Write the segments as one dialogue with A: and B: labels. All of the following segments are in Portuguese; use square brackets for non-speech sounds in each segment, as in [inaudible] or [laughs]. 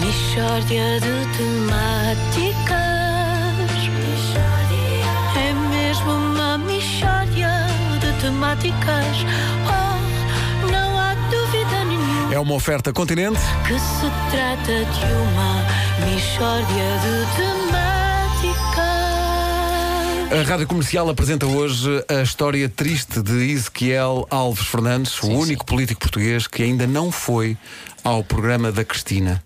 A: Mishória de temáticas. É mesmo uma mishória de temáticas. Oh, não há dúvida nenhuma
B: É uma oferta continente.
A: que se trata de uma mishória de temáticas.
B: A Rádio Comercial apresenta hoje a história triste de Ezequiel Alves Fernandes, o único político português que ainda não foi ao programa da Cristina.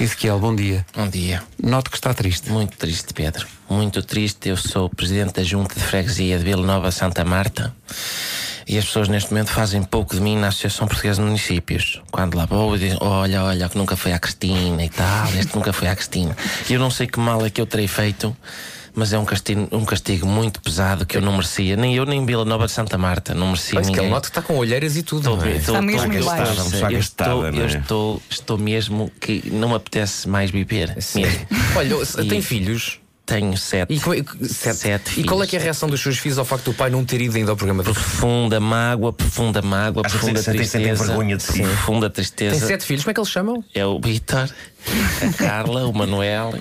B: Ezequiel, bom dia.
C: Bom dia.
B: Noto que está triste.
C: Muito triste, Pedro. Muito triste. Eu sou o presidente da Junta de Freguesia de Vila Nova Santa Marta e as pessoas neste momento fazem pouco de mim na Associação Portuguesa de Municípios. Quando lá vou, dizem: Olha, olha, que nunca foi à Cristina e tal, este nunca foi à Cristina. E eu não sei que mal é que eu terei feito. Mas é um castigo, um castigo muito pesado que eu não merecia. Nem eu, nem Vila Nova de Santa Marta. Não merecia
D: Pois que ele
C: ninguém.
D: nota que está com olheiras e tudo.
C: Estou,
D: não é?
C: estou,
E: Está mesmo
C: estou
E: em baixo.
C: gastada,
D: Está
C: eu estou,
D: gastada, não
C: eu
D: é?
C: estou, estou mesmo que não me apetece mais viver. Mesmo.
D: [laughs] Olha, se-
C: E-
D: tem filhos.
C: Tenho sete.
D: E, co- e co- sete.
C: Sete
D: e qual é
C: filhos.
D: que é a reação dos seus filhos ao facto do pai não ter ido ainda ao programa? Porque
C: Profunda mágoa, profunda mágoa,
F: Acho que
C: profunda
F: sentem- sentem
C: tristeza.
F: vergonha de si.
C: Profunda
D: tem
C: tristeza.
D: sete filhos, como é que eles chamam?
C: É o Vitor, a Carla, o Manuel,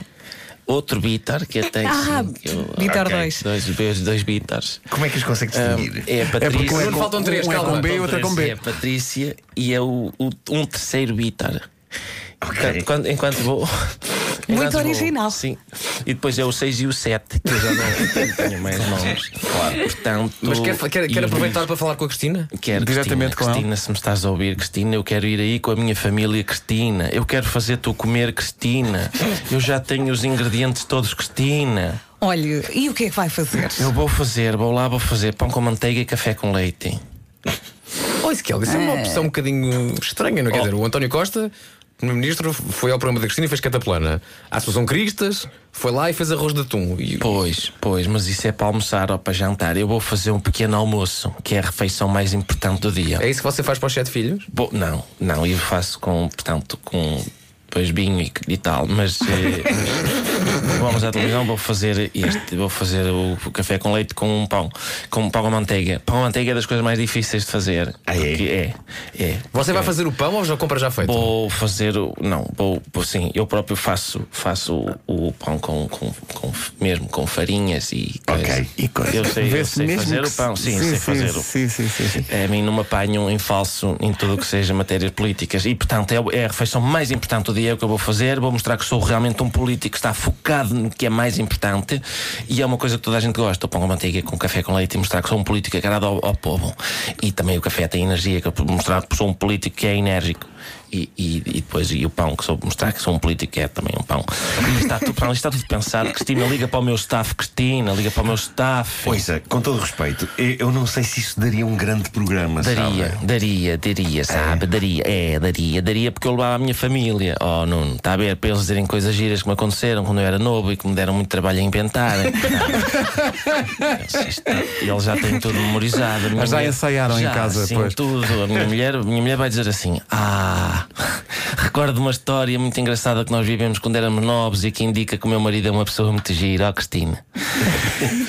C: outro Vitor, que até.
E: Ah,
C: sim, que eu-
E: Vitor
C: ok,
E: dois.
C: Dois, dois, dois Vitors.
F: Como é que os consegue distinguir?
C: É a Patrícia.
D: é Não com- faltam três,
B: um é
D: calma.
B: com B e
C: Faltam
B: outro é com
C: três.
B: B.
C: É a Patrícia e é o, o- um terceiro Vitor.
F: Ok.
C: Enquanto, quando- enquanto vou. enquanto vou-
E: original.
C: sim. E depois é o 6 e o 7, que eu já não [laughs] tenho mais nomes. Claro. Portanto,
D: Mas quer, fa- quer, quer
C: e-
D: aproveitar para falar com a Cristina?
C: Quero,
B: Diretamente
C: Diretamente Cristina,
B: com ela.
C: Cristina, se me estás a ouvir, Cristina, eu quero ir aí com a minha família, Cristina. Eu quero fazer tu comer, Cristina. Eu já tenho os ingredientes todos, Cristina.
E: Olha, e o que é que vai fazer?
C: Eu vou fazer, vou lá, vou fazer pão com manteiga e café com leite.
D: Oh, Ezequiel, isso é uma opção um bocadinho estranha, não
C: Oh.
D: é? Quer dizer, o António Costa, primeiro-ministro, foi ao programa da Cristina e fez cataplana. A Associação Cristas foi lá e fez arroz de atum. E,
C: Pois, pois, mas isso é para almoçar ou para jantar. Eu vou fazer um pequeno almoço, que é a refeição mais importante do dia.
D: é isso que você faz para os sete filhos?
C: Bo- não, não, eu faço com, portanto, com depois vinho e, e tal, mas, eh,
F: [laughs]
C: mas vamos à televisão, vou fazer este, vou fazer o, o café com leite com um pão, com um pão à manteiga. Pão à manteiga é das coisas mais difíceis de fazer.
F: Ah, é?
C: Porque é, é.
D: Você vai
C: É.
D: fazer o pão ou já compra já feito?
C: Vou fazer o. Não, vou. vou- Sim, eu próprio faço, faço o, o pão com, com, com- mesmo com farinhas e.
F: Ok,
C: coisa.
F: e coisa.
C: Eu sei, eu
B: Vê-se
C: sei
B: mesmo
C: fazer
B: que
C: o pão, sim,
B: sim,
C: sei
B: sim,
C: fazer o
B: sim, sim, sim, sim.
C: É, a mim não me apanham em falso em tudo o que seja matérias políticas. E, portanto, é, o- é a refeição mais importante do dia é o que eu vou fazer. Vou mostrar que sou realmente um político que está focado no que é mais importante. E é uma coisa que toda a gente gosta: o pão com manteiga, com café com leite, e mostrar que sou um político agarrado ao, ao povo. E também o café tem energia, que eu vou mostrar que sou um político que é enérgico. E, e- e depois e o pão, que sou mostrar que sou um político que é também um pão. E está tudo, portanto, está tudo pensado. Cristina, liga para o meu staff, Cristina, liga para o meu staff.
F: Pois é, com todo respeito, eu eu não sei se isso daria um grande programa,
C: Daria,
F: sabe?
C: daria, daria, sabe? Daria, é, daria, daria porque eu levava a minha família. Oh, Nuno, está a ver? Para eles dizerem coisas giras que me aconteceram quando eu era novo e que me deram muito trabalho a inventar. Eles- isto- eles já têm tudo memorizado. A minha
B: Mas já
C: mulher-
B: ensaiaram em
C: já,
B: casa,
C: sim,
B: pois.
C: tudo. A minha mulher, a minha mulher vai dizer assim: Ah, [laughs] recordo uma história muito engraçada que nós vivemos quando éramos novos e que indica que o meu marido é uma pessoa muito gira,
B: [laughs]
C: ó Cristina.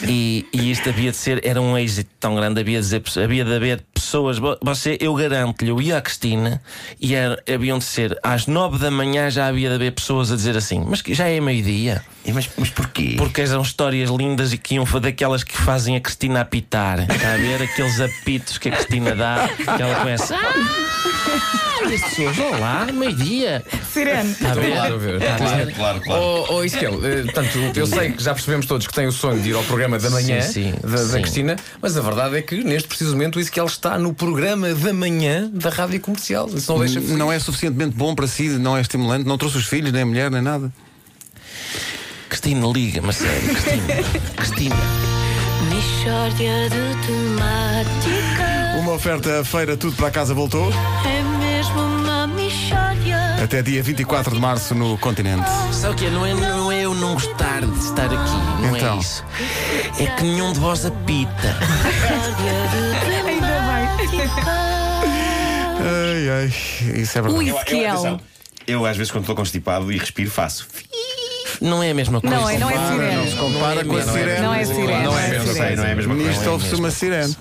C: e, e isto havia de ser, era um êxito tão grande, havia de, dizer, havia de haver pessoas. vo- Você, eu garanto-lhe, eu ia à Cristina e era, haviam de ser às nove da manhã já havia de haver pessoas a dizer assim: Mas que já é meio-dia.
F: E Mas, mas porquê?
C: Porque eram histórias lindas e que iam fa- daquelas que fazem a Cristina apitar. Está a ver? Aqueles apitos que a Cristina dá, que ela começa. Ah! E as pessoas, olá, meio-dia.
E: [laughs] Sirene.
C: Está a ver?
D: Claro, ver.
C: Está a ver?
F: Claro, claro.
D: Oh, oh Ezequiel, eh, portanto, eu sei que já percebemos todos que tem o sonho de ir ao programa da manhã
C: Sim, sim,
D: da, da
C: sim.
D: Cristina, mas a verdade é que neste preciso momento o Ezequiel está no programa da manhã da rádio comercial. Isso não deixa.
B: Não é suficientemente bom para si, não é estimulante, não trouxe os filhos, nem a mulher, nem nada.
C: Cristina, liga-me a sério, Cristina. Cristina.
A: Mishória de temáticas.
B: Uma oferta feira, tudo para casa voltou.
A: É mesmo uma mishória.
B: [laughs] Até dia 24 de março no continente.
C: Sabe o que não é, não é eu não gostar de estar aqui, não
B: Então.
C: é isso. É que nenhum de vós apita.
E: Ainda bem.
B: Ai, ai, isso é verdade.
E: O
F: Eu- eu-
E: Ezequiel.
F: atenção, Eu, às vezes, quando estou constipado e respiro, faço.
C: Não é a mesma coisa.
E: Não é, não é
B: Não se
E: sirene.
B: compara com a sirene.
E: Não é sirene.
F: Não é
E: não
F: mesmo,
E: é
F: sei, não é a mesma coisa.
B: Nisto ouve-se uma sirene.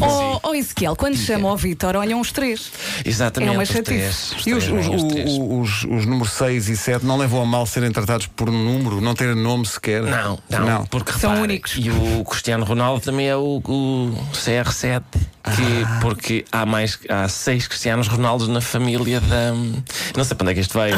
E: Ou oh, Ezequiel, quando chama o Vitor, olham os três.
C: Exatamente.
E: É uma
C: os três,
E: chatice.
C: os
B: E os, os,
C: três, bem, os três.
B: os- os- os números 6 e 7 não levam a mal serem tratados por número, não terem nome sequer?
C: Não, não, porque
E: São
C: repara,
E: únicos.
C: E o Cristiano Ronaldo também é o, o CR7, que, porque há mais há seis Cristianos Ronaldos na família da. Não sei para onde é que isto vai.